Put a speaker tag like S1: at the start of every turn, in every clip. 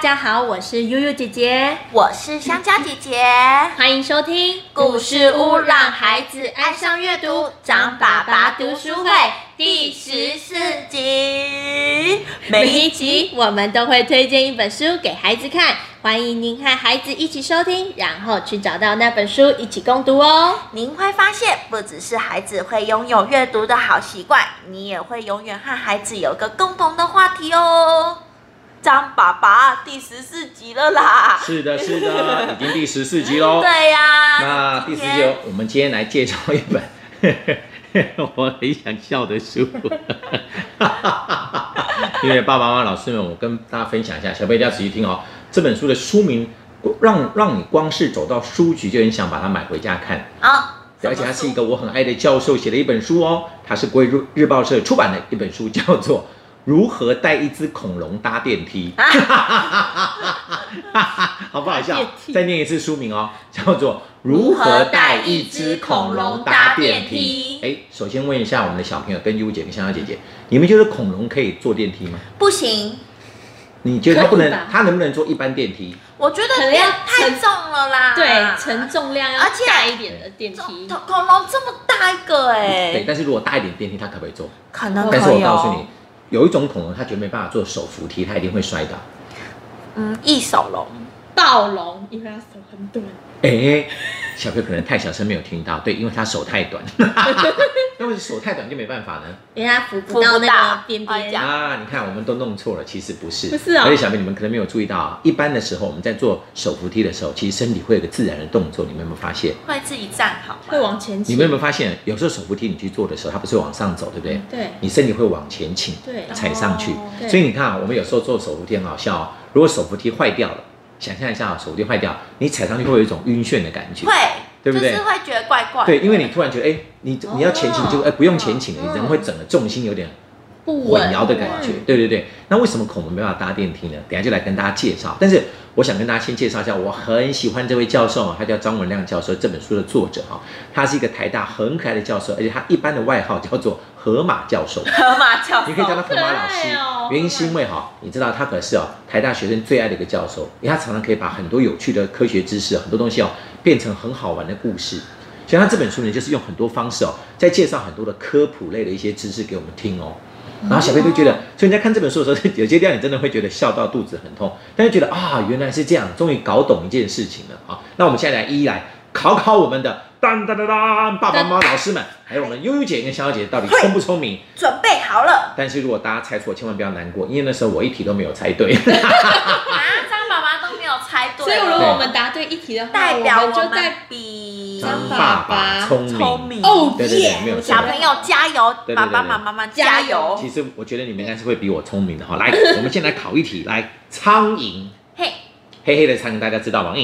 S1: 家好，我是悠悠姐姐，
S2: 我是香蕉姐姐，
S1: 欢迎收听《
S2: 故事屋让孩子爱上阅读》，张爸爸读书会第十四集。
S1: 每一集我们都会推荐一本书给孩子看，欢迎您和孩子一起收听，然后去找到那本书一起共读哦。
S2: 您会发现，不只是孩子会拥有阅读的好习惯，你也会永远和孩子有个共同的话题哦。张爸爸第十四集了啦，
S3: 是的，是的，已经第十四集喽。
S2: 对啊呀、
S3: 那第
S2: 今
S3: 十
S2: 天
S3: 集，哦我们今天来介绍一本我很想笑的书， 因为爸爸妈妈、老师们，我跟大家分享一下，小贝一定要仔细听哦。这本书的书名让让你光是走到书局就很想把它买回家看，
S2: 啊，
S3: 而且它是一个我很爱的教授写的一本书哦，它是贵日日报社出版的一本书，叫做 《如何带一只恐龙搭电梯》。 好不好笑
S1: 电？梯
S3: 再念一次书名哦，叫做《如何带一只恐龙搭电梯》。哎，首先问一下我们的小朋友跟优姐跟香香姐姐，你们觉得恐龙可以坐电梯吗？
S2: 不行，
S3: 你觉得它不
S1: 可以吧
S3: 能，它能不能坐一般电梯？
S2: 我觉
S1: 可
S2: 得
S1: 能要
S2: 太
S1: 沉
S2: 重了啦，
S1: 对，承重量要
S2: 而且
S1: 大一点的电梯
S2: 恐，恐龙这么大一个哎、
S3: 对，但是如果大一点电梯，它可不可以坐？
S2: 可能可以、
S3: 但
S2: 哦。
S3: 是我告诉你，有一种恐龙，它绝对没办法坐手扶梯，它一定会摔倒。
S2: 嗯，异手龙，
S1: 暴龙，因为它手很短。
S3: 哎，小朋友可能太小声没有听到，对，因为他手太 短。那为什么手太短就没办法呢？
S1: 因为它扶不到
S2: 扶不
S1: 那个
S2: 到
S1: 边
S2: 哎
S1: 边
S2: 呀。
S3: 啊，你看我们都弄错了，其实不是，
S1: 不是哦
S3: 而且小朋友你们可能没有注意到啊，一般的时候我们在做手扶梯的时候，其实身体会有个自然的动作，你们有没有发现？
S2: 会自己站好
S1: 会
S2: 吗？
S1: 往前
S3: 哎你
S1: 倾
S3: 们有，没有发现，有时候手扶梯你去做的时候，它不是往上走，对不对？
S1: 对
S3: 你身体会往前倾，
S1: 对
S3: 踩上去。
S2: 哦
S1: 嗯对
S3: 所以你看啊，我们有时候做手扶梯很好笑哦，如果手扶梯坏掉了，想象一下啊，手扶梯坏掉，你踩上去会有一种晕眩的感觉，
S2: 会，
S3: 对不对
S2: 就是会觉得怪怪。
S3: 对，因 为你突然觉得，哎，你
S2: 哦
S3: 你要前倾就哎不用前倾了，
S1: 嗯
S3: 你人会整个重心有点
S1: 不
S3: 混
S1: 稳
S3: 淆的感觉
S1: 嗯，
S3: 对对对。那为什么恐龙没办法搭电梯呢？等一下就来跟大家介绍。但是我想跟大家先介绍一下，我很喜欢这位教授，啊他叫张文亮教授，这本书的作者哈，他是一个台大很可爱的教授，而且他一般的外号叫做河马教授。
S2: 河马教授，
S3: 你可以叫他河马老
S1: 好可爱哦
S3: 师，原因是因为哈，你知道他可是哦台大学生最爱的一个教授，因为他常常可以把很多有趣的科学知识、很多东西哦变成很好玩的故事。所以他这本书呢，就是用很多方式哦，在介绍很多的科普类的一些知识给我们听哦。然后小贝就觉得，所以你在看这本书的时候，有些地方你真的会觉得笑到肚子很痛，但是觉得啊，原来是这样，终于搞懂一件事情了啊。那我们现在来一一来考考我们的当当当当爸爸妈妈、老师们，还有我们悠悠姐跟小小姐到底聪不聪明？
S2: 准备好了
S3: 但是如果大家猜错，千万不要难过，因为那时候我一题都没有猜对。
S2: 啊！张爸爸都没有猜对，
S1: 所以如果我们答对一题的话，
S2: 代表
S1: 我
S2: 我
S1: 们就
S2: 们
S1: 在
S2: 比
S1: 张
S3: 爸
S1: 爸
S3: 爸聪明，
S2: 聪明
S1: 哦
S3: 对对
S1: 耶
S3: 对，没有错
S2: 小。朋友加油，
S3: 对对对
S2: 爸爸妈妈们加油
S3: 其。实我觉得你们应该是会比我聪明的哈。来，我们先来考一题，来苍蝇，
S2: 嘿，
S3: 黑黑的苍蝇大家知道吗？嗯，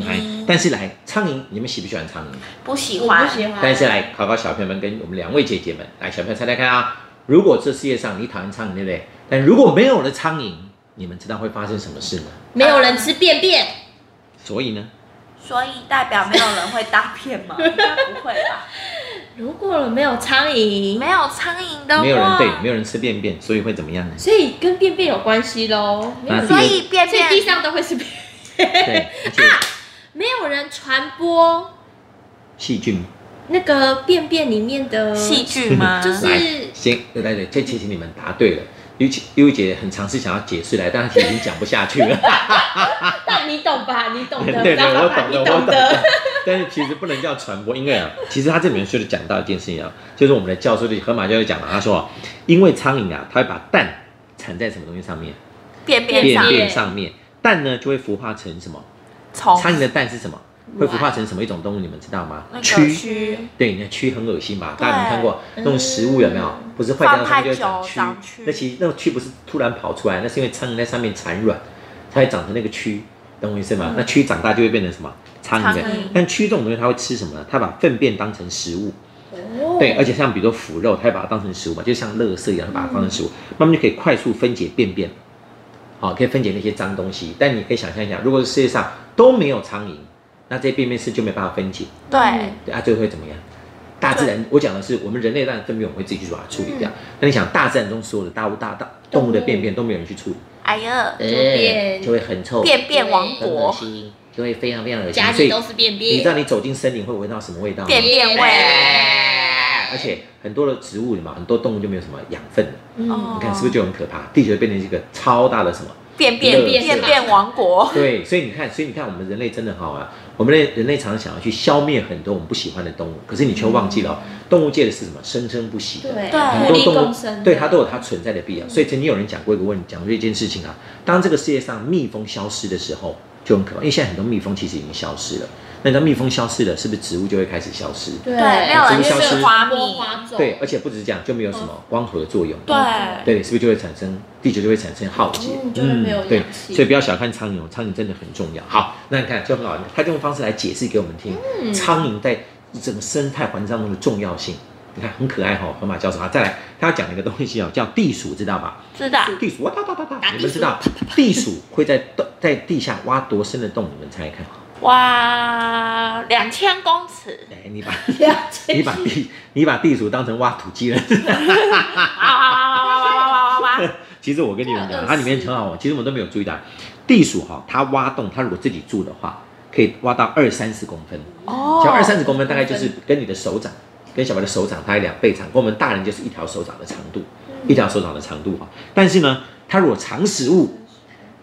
S2: 嗯
S3: 来，但是来苍蝇，你们喜不喜欢苍蝇？
S2: 不喜
S1: 我
S2: 欢
S1: 不，喜欢，
S3: 但是来考考小朋友们跟我们两位姐姐们，来小朋友猜猜看啊，如果这世界上你讨厌苍蝇，对不对？但如果没有了苍蝇，你们知道会发生什么事吗？
S1: 没有人吃便便，
S3: 所以呢，
S2: 所以代表没有人会大便吗？应该不会吧？
S1: 如果没有苍蝇，
S2: 没有苍蝇的话，
S3: 没有人对，没有人吃便便，所以会怎么样呢？
S1: 所以跟便便有关系喽。没有人
S3: 那
S2: 所以便
S1: 所以地
S2: 便
S1: 上都会是便，
S3: 对，而且
S1: 没有人传播
S3: 细菌
S1: 那个便便里面的
S2: 戏，
S3: 嗯
S2: 剧吗？
S1: 就是
S3: 来，先对对对，这题请你们答对了。尤其优姐很尝试想要解释来，但她已经讲不下去了。
S1: 但你懂吧？你懂
S3: 对
S1: 的，
S3: 对，
S1: 张
S3: 我
S1: 爸爸，
S3: 懂的，
S1: 你
S3: 我
S1: 懂
S3: 懂的
S1: 的。。
S3: 但是其实不能叫传播，因为啊，其实他这里面就是讲到一件事情啊，就是我们的教授就河马教授讲了，他说啊，因为苍蝇啊，它会把蛋产在什么东西上面？
S2: 便便
S3: 便
S2: 上
S3: 便上面，蛋呢就会孵化成什么？
S2: 虫
S3: 苍蝇的蛋是什么？会孵化成什么一种动物？你们知道吗？
S2: 哦那个
S3: 蛆。
S2: 蛆，
S3: 对，那蛆很恶心吧？大家有没有
S2: 对
S3: 看过那种食物有没有？
S1: 嗯
S3: 不是坏掉的
S2: 放太
S3: 它就会长
S2: 久长蛆。
S3: 蛆那其实那个蛆不是突然跑出来，那是因为苍蝇在上面产卵，它会长成那个蛆，懂我意思吗？那蛆长大就会变成什么？苍
S2: 嗯苍
S3: 蝇
S2: 蝇。
S3: 但蛆这种东西，它会吃什么呢？它把粪便当成食物，
S1: 哦
S3: 对，而且像比如说腐肉，它会把它当成食物嘛，就像垃圾一样，它把它当成食物，
S2: 嗯
S3: 慢慢就可以快速分解便便，好，可以分解那些脏东西。但你可以想象一下，如果是世界上都没有苍蝇，那这些便便是就没办法分解，
S2: 对，
S3: 对啊，最后会怎么样？大自然，我讲的是我们人类当然粪便我们会自己去把它处理掉。那你想，大自然中所有的大物、大大动物的便便都没有人去处理，
S2: 哎呀，
S1: 便
S3: 就会很臭、
S2: 便便王
S3: 很恶
S2: 国，
S3: 心，就会非常非常恶心。
S1: 家
S3: 所
S1: 里
S3: 以
S1: 都是便
S3: 你
S1: 便
S3: 知，道你走进森林会闻到什么味道吗？
S2: 便便
S3: 而
S2: 味。
S3: 且很多的植物嘛，很多动物就没有什么养分了，
S1: 嗯
S2: 哦
S3: 你看是不是就很可怕？地球变成一个超大的什么？
S2: 便便
S3: 垃圾
S2: 便便王国，
S3: 对，所以你看，所以你看，我们人类真的好啊。我们人人类常常想要去消灭很多我们不喜欢的动物，可是你却忘记了哦，动物界的是什么生生不息的，
S1: 对，
S2: 对
S3: 很
S1: 互
S3: 多
S1: 利
S3: 动
S1: 共
S3: 物
S1: 嗯生的，
S3: 对它都有它存在的必要。所以曾经有人讲过一个问，讲过一件事情啊，当这个世界上蜜蜂消失的时候，就很可怕，因为现在很多蜜蜂其实已经消失了。那你知道蜜蜂消失了，是不是植物就会开始消失？
S1: 对，
S2: 对没有
S3: 人
S1: 因为
S3: 吃
S2: 花
S1: 播
S2: 蜜
S1: 花种
S3: 对，而且不只是这样，就没有什么光合作用。
S2: 对，
S3: 对，是不是就会产生地球就会产生浩劫？
S1: 嗯就是没有氧
S3: 对，
S1: 气
S3: 所以不要小看苍蝇，苍蝇真的很重要。好，那你看就很好玩，他就用方式来解释给我们听，
S1: 嗯
S3: 苍蝇在整个生态环境当中的重要性。你看很可爱哈、河马教授啊，再来他要讲一个东西哦，叫地鼠，知道吧？
S2: 知道
S3: 地鼠哇哒哒哒
S1: 打
S3: 哒，
S1: 地
S3: 你们知道地鼠会在洞在地下挖多深的洞？你们猜看，
S2: 哇，两千公尺，
S3: 哎，你把
S1: 了解
S3: 你把地你把地鼠当成挖土机了。
S2: 哇哇哇哇哇哇哇哇！
S3: 其实我跟你们讲，
S1: 这
S3: 它
S1: 样
S3: 里面很好玩，其实我们都没有注意到，地鼠哈、它挖洞，它如果自己住的话，可以挖到二三十公分，
S2: 哦
S3: 像二三十公分大概就是跟你的手掌，跟小白的手掌大概两倍长，跟我们大人就是一条手掌的长度，
S1: 嗯
S3: 一条手掌的长度哈。但是呢，它如果藏食物，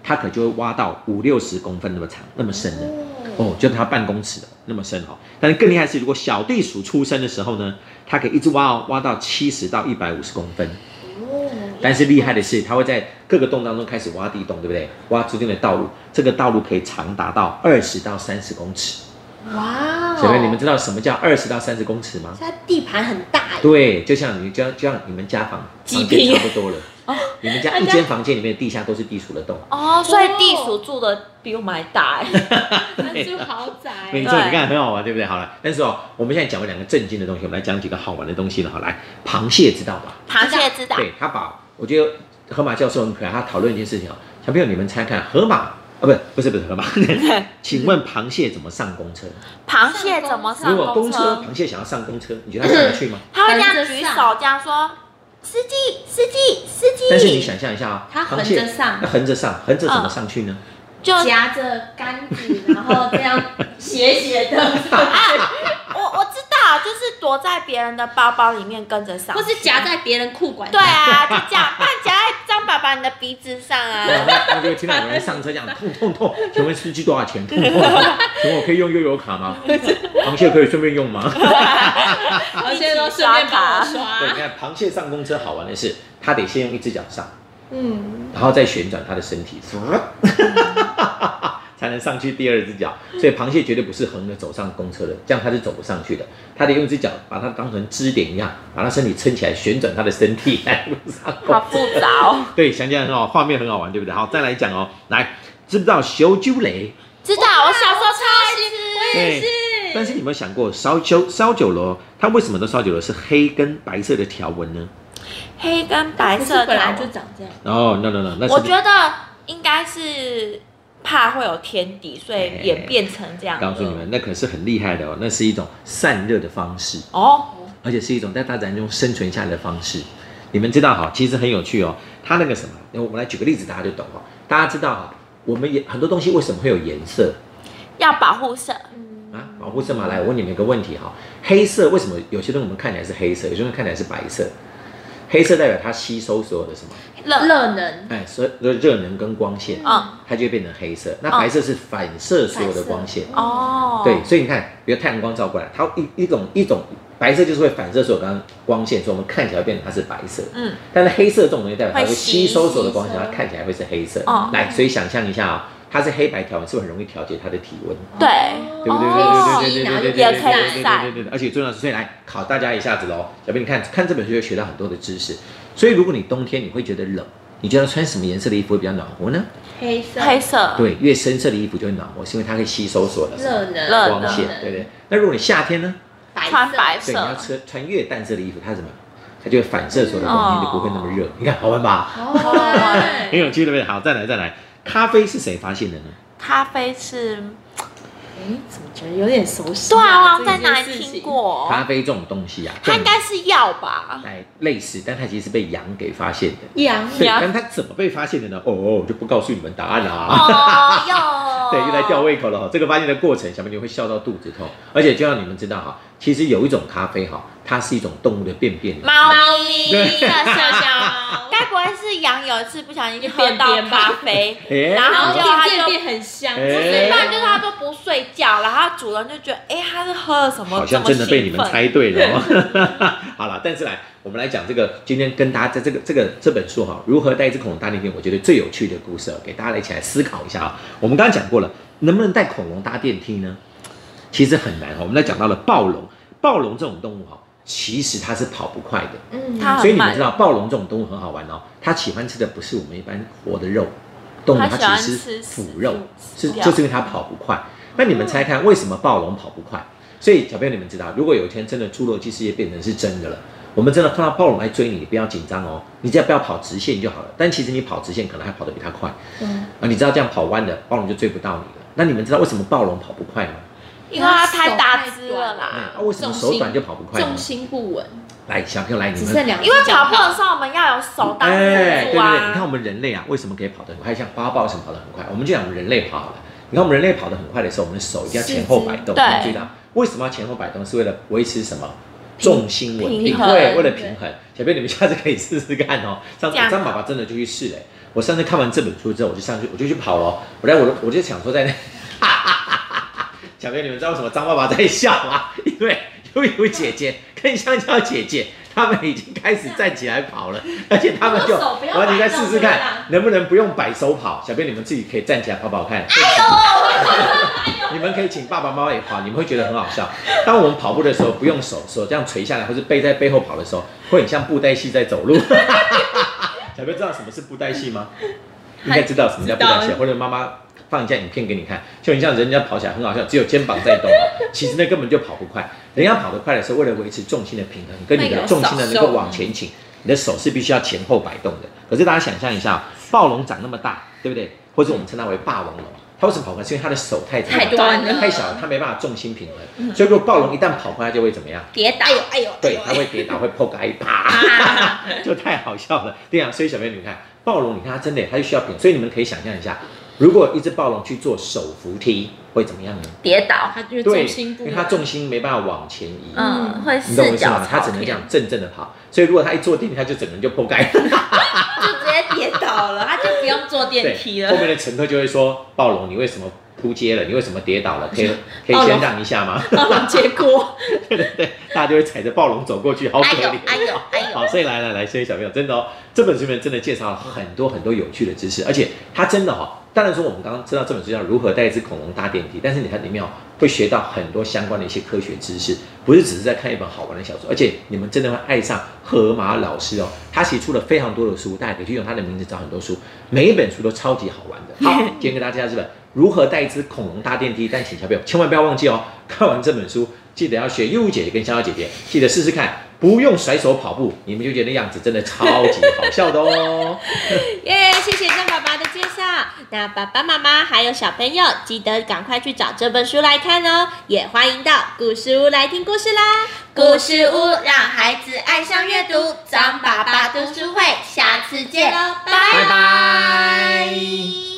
S3: 它可就会挖到五六十公分那么长，那么深的。
S1: 嗯
S3: 哦，就是它半公尺的那么深哦。但是更厉害的是，如果小地鼠出生的时候呢，它可以一直挖哦，挖到七十到一百五十公分。但是厉害的是，它会在各个洞当中开始挖地洞，对不对？挖中间的道路，这个道路可以长达到二十到三十公尺。
S1: 哇哦，
S3: 小妹，你们知道什么叫二十到三十公尺吗？
S1: 它地盘很大耶，
S3: 对，就像你就像就像你们家房
S1: 几
S3: 房间
S1: 平
S3: 差不多了，你们家一间房间里面的地下都是地鼠的洞。
S2: 哦，所以地鼠住的比我们还大 哎，
S1: 它住豪宅，
S3: 没错，
S2: 对
S3: 你看很好啊玩，对不对？好了，但是哦，我们现在讲了两个震惊的东西，我们来讲几个好玩的东西了。好，来，螃蟹知道吧？
S2: 螃蟹知道，
S3: 对他把，我觉得河马教授很可爱，他讨论一件事情哦，小朋友你们猜看，河马啊，不，不是不是河马，请问螃蟹怎么上公车？
S2: 螃蟹怎么
S3: 如
S2: 上
S3: 果
S2: 公
S3: 公车
S2: 车？
S3: 螃蟹想要上公车，你觉得它上得 去吗？
S2: 他会这样举手，这样说：“司机，司机，司机。”
S3: 但是你想象一下啊、
S1: 它
S3: 螃
S1: 横
S3: 蟹
S1: 着上嗯
S3: 那横着上，横着怎么上去呢？
S2: 就
S1: 夹着杆子，然后这样斜斜的，
S2: 我我知道，就是躲在别人的包包里面跟着上，
S1: 或是夹在别人裤管，
S2: 对，啊，就这样，不然夹在张爸爸你的鼻子上啊。
S3: 然后他就会听到有人上车这样痛痛痛，请问司机多 少钱？痛痛痛，请问我可以用悠游卡吗？螃蟹可以顺便用吗？
S1: 而且都顺便帮我
S3: 对，
S1: 刷
S3: 你，看螃蟹上公车好玩的是，它得先用一只脚上，
S1: 嗯，
S3: 然后再旋转它的身体， 才能上去第二只脚。所以螃蟹绝对不是横着走上公车的，这样它是走不上去的。它得用一只脚把它当成支点一样，把它身体撑起来，旋转它的身体 来上公
S2: 好复杂哦，
S3: 对，想起来很好，画面很好玩，对不对？好，再来讲哦，来，知不知道修鸠雷？
S2: 知道我小时候超爱
S1: 我
S2: 吃，
S1: 也
S3: 对
S1: 是，
S3: 但是你有没有想过烧酒烧酒楼，它为什么都烧酒楼是黑跟白色的条纹呢？
S2: 黑跟白
S1: 哦可
S2: 色
S1: 是本来
S2: 的啊
S1: 就。长这样，
S3: 哦、n o no no，那是
S2: 我觉得应该是怕会有天敌，所以演变成这样。
S3: 哎告诉你们，那可是很厉害的哦，那是一种散热的方式，
S2: 哦，
S3: 而且是一种在大自然中生存下来的方式。你们知道哈，其实很有趣哦。它那个什么，那我们来举个例子，大家就懂哦。大家知道哈，我们也很多东西为什么会有颜色
S2: 要保护色，
S3: 啊？保护色嘛，来，我问你们一个问题哈，黑色为什么有些东西我们看起来是黑色，有些东西看起来是白色？黑色代表它吸收所有的什么？
S2: 热
S1: 热能，
S3: 哎，所有的热能跟光线，
S2: 嗯
S3: 它就会变成黑色。那白色是反射所有的光线。
S2: 哦，
S3: 对，所以你看，比如太阳光照过来，它一一种一种白色就是会反射所有光光线，所以我们看起来会变成它是白色。
S2: 嗯，
S3: 但是黑色这种东西代表它会
S2: 会吸
S3: 吸收所有的光线，
S1: 吸收
S3: 它看起来会是黑色。
S2: 哦
S3: 来，所以想象一下啊、它是黑白条纹，是不是很容易调节它的体温？
S2: 对
S3: 对不对？
S2: 哦
S3: 对对对对对对对对
S2: 也
S3: 对
S2: 可
S3: 对
S2: 以晒
S3: 对对对。而且重要的是，所以来考大家一下子喽。小编，你看看这本书就学到很多的知识。所以如果你冬天你会觉得冷，你觉得穿什么颜色的衣服会比较暖和呢？
S1: 黑色，
S2: 黑色，
S3: 对，越深色的衣服就会暖和，是因为它可以吸收所有的什么
S1: 热能，
S2: 热
S3: 光线，对不对？那如果你夏天呢？
S1: 白
S2: 穿白
S3: 对，你要
S2: 色，
S3: 穿穿越淡色的衣服，它怎么，它就会反射所有的光线，就不会那么热。你看好玩吧？
S2: 哦
S1: 好玩
S3: 很有趣，对不对？好，再来再来，咖啡是谁发现的呢？
S2: 咖啡是
S1: 诶怎么觉得有点熟悉、
S2: 对啊，我好像
S1: 这
S2: 在
S1: 件
S2: 哪里
S1: 事情
S2: 听。过，
S3: 咖啡这种东西啊，
S2: 它哦应该是药 吧？
S3: 哎类似，但它其实是被羊给发现的。
S1: 羊
S3: 对，
S2: 羊
S3: 但它怎么被发现的呢？哦，我就不告诉你们答案啦、
S2: 哦，药，
S3: 对，又来吊胃口了哈。这个发现的过程，小朋友会笑到肚子痛。而且就让你们知道哈，其实有一种咖啡哈，它是一种动物的便便。
S2: 猫咪的麝香，
S1: 对
S2: 该不会是羊有一次不小心就喝到咖 啡，
S3: 哎
S2: 然
S1: 然
S2: 后就
S1: 后
S2: 它
S1: 便
S2: 就
S1: 便很香，
S3: 哎
S1: 就是
S2: 一般就是它都不睡觉，然后它主人就觉得，哎，它是喝了什么？
S3: 好像真的被你们猜 对了、哦。 好了，但是来，我们来讲这个，今天跟大家在这个这个这本书哈、如何带一只恐龙搭电梯，我觉得最有趣的故事、哦，给大家一起来思考一下啊、我们刚刚讲过了，能不能带恐龙搭电梯呢？其实很难哦。我们在讲到了暴龙，暴龙这种动物哈、其实它是跑不快的。
S1: 嗯，
S2: 它很慢
S3: 所以你们知道暴龙这种动物很好玩哦，它喜欢吃的不是我们一般活的肉，动物
S2: 它喜
S3: 它
S2: 欢
S3: 其
S2: 吃
S3: 实是腐
S2: 腐
S3: 肉，是
S2: 腐掉
S3: 就是因为它跑不快。那你们猜看为什么暴龙跑不快？所以小朋友你们知道，如果有一天真的侏罗纪世界变成是真的了，我们真的看到暴龙来追你，你不要紧张哦，你只要不要跑直线就好了。但其实你跑直线可能还跑得比它快
S1: 嗯
S3: 啊，你知道这样跑弯的暴龙就追不到你了。那你们知道为什么暴龙跑不快吗？
S2: 因为它太大只了啦。
S3: 啊，为什么手短就跑不快呢
S1: 重？心不稳，
S3: 来，小朋友来，你
S1: 只
S3: 们
S1: 剩两只
S2: 因为
S1: 脚
S2: 跑步的时候我们要有手当
S3: 哎
S2: 辅
S3: 对
S2: 助
S3: 对对，你看我
S2: 啊。
S3: 们人类啊，为什么可以跑得很快？像花豹为什么跑得很快？我们就讲我们人类跑好了。你看我们人类跑得很快的时候，我们的手一定要前后摆动，
S2: 四肢
S3: 你注意到为什么要前后摆动？是为了维持什么？重心稳定，
S2: 平衡
S3: 对，为了平衡。小编，你们下次可以试试看哦。上次
S2: 这样
S3: 张爸爸真的就去试嘞、我上次看完这本书之后，我就上去，我就去跑了。我在我的我就想说在那，小编，你们知道为什么张爸爸在笑吗？ 因为悠悠姐姐跟香蕉姐姐。他们已经开始站起来跑 了，而且他们就，
S1: 手不要
S3: 我你再
S1: 摆
S3: 试
S1: 动对
S3: 试看
S1: 啦，
S3: 能不能不用摆手跑？小编，你们自己可以站起来跑跑看。哎 你们可以请爸爸妈妈也跑，你们会觉得很好笑。当我们跑步的时候，不用手手这样垂下来，或是背在背后跑的时候，会很像布袋戏在走路。小朋友知道什么是布袋戏吗？应该知道什么叫布袋戏，或者妈妈放一下影片给你看，就很像人家跑起来很好笑，只有肩膀在动，其实那根本就跑不快。人家跑得快的时候，为了维持重心的平衡，跟你的重心呢能够往前倾，你的手是必须要前后摆动的。可是大家想象一下，哦暴龙长那么大，对不对？或者我们称它为霸王龙，它为什么跑不快？是因为它的手太长
S1: 太短了，
S3: 太小了，它没办法重心平衡。所以如果暴龙一旦跑快，它就会怎么样？
S1: 跌倒，哎呦哎呦，
S3: 对，它会跌倒，会破开，啪。
S1: 啊，
S3: 就太好笑了。对啊，所以小朋友你看，暴龙，你看它真的，它就需要平衡，所以你们可以想象一下，如果一只暴龙去做手扶梯，会怎么样呢？
S2: 跌倒，
S1: 它就是
S3: 对，
S1: 重心不
S3: 因
S1: 稳，
S3: 为它重心没办法往前移，
S2: 嗯，会
S3: 你懂我
S2: 四
S3: 意思
S2: 脚
S3: 吗？它
S2: 朝
S3: 只能这
S2: 天
S3: 样，正正的跑。所以如果它一坐电梯，它就整个人就破 盖。
S1: 就直接跌倒了，它就不用坐电梯
S3: 后
S1: 了。
S3: 面的乘客就会说：“暴龙，你为什么扑街了？你为什么 跌倒了？可以可以
S1: 暴龙
S3: 先让一下吗？”
S1: 暴龙结果，
S3: 对对对，大家就会踩着暴龙走过去，好可
S2: 哎呦
S3: 怜。
S2: 哎呦哎呦，
S3: 好，所以来来来，所以小朋友真的哦，这本书里面真的介绍了很多很多有趣的知识，而且它真的哈、哦，当然说我们刚刚知道这本书叫如何带一只恐龙搭电梯，但是你看里面哦会学到很多相关的一些科学知识，不是只是在看一本好玩的小说，而且你们真的会爱上河马老师哦，他其实出了非常多的书，大家可以去用他的名字找很多书，每一本书都超级好玩的。好，今天跟大家介绍这本如何带一只恐龙搭电梯，但请小朋友千万不要忘记哦，看完这本书记得要学悠悠姐姐跟逍遥姐姐，记得试试看，不用甩手跑步，你们就觉得那样子真的超级好笑的哦。
S1: 耶！谢谢张爸爸的介绍。那爸爸妈妈还有小朋友，记得赶快去找这本书来看哦。也欢迎到故事屋来听故事啦。
S2: 故事屋让孩子爱上阅读， 张爸爸读书会，下次见喽，拜
S3: 拜拜
S2: 拜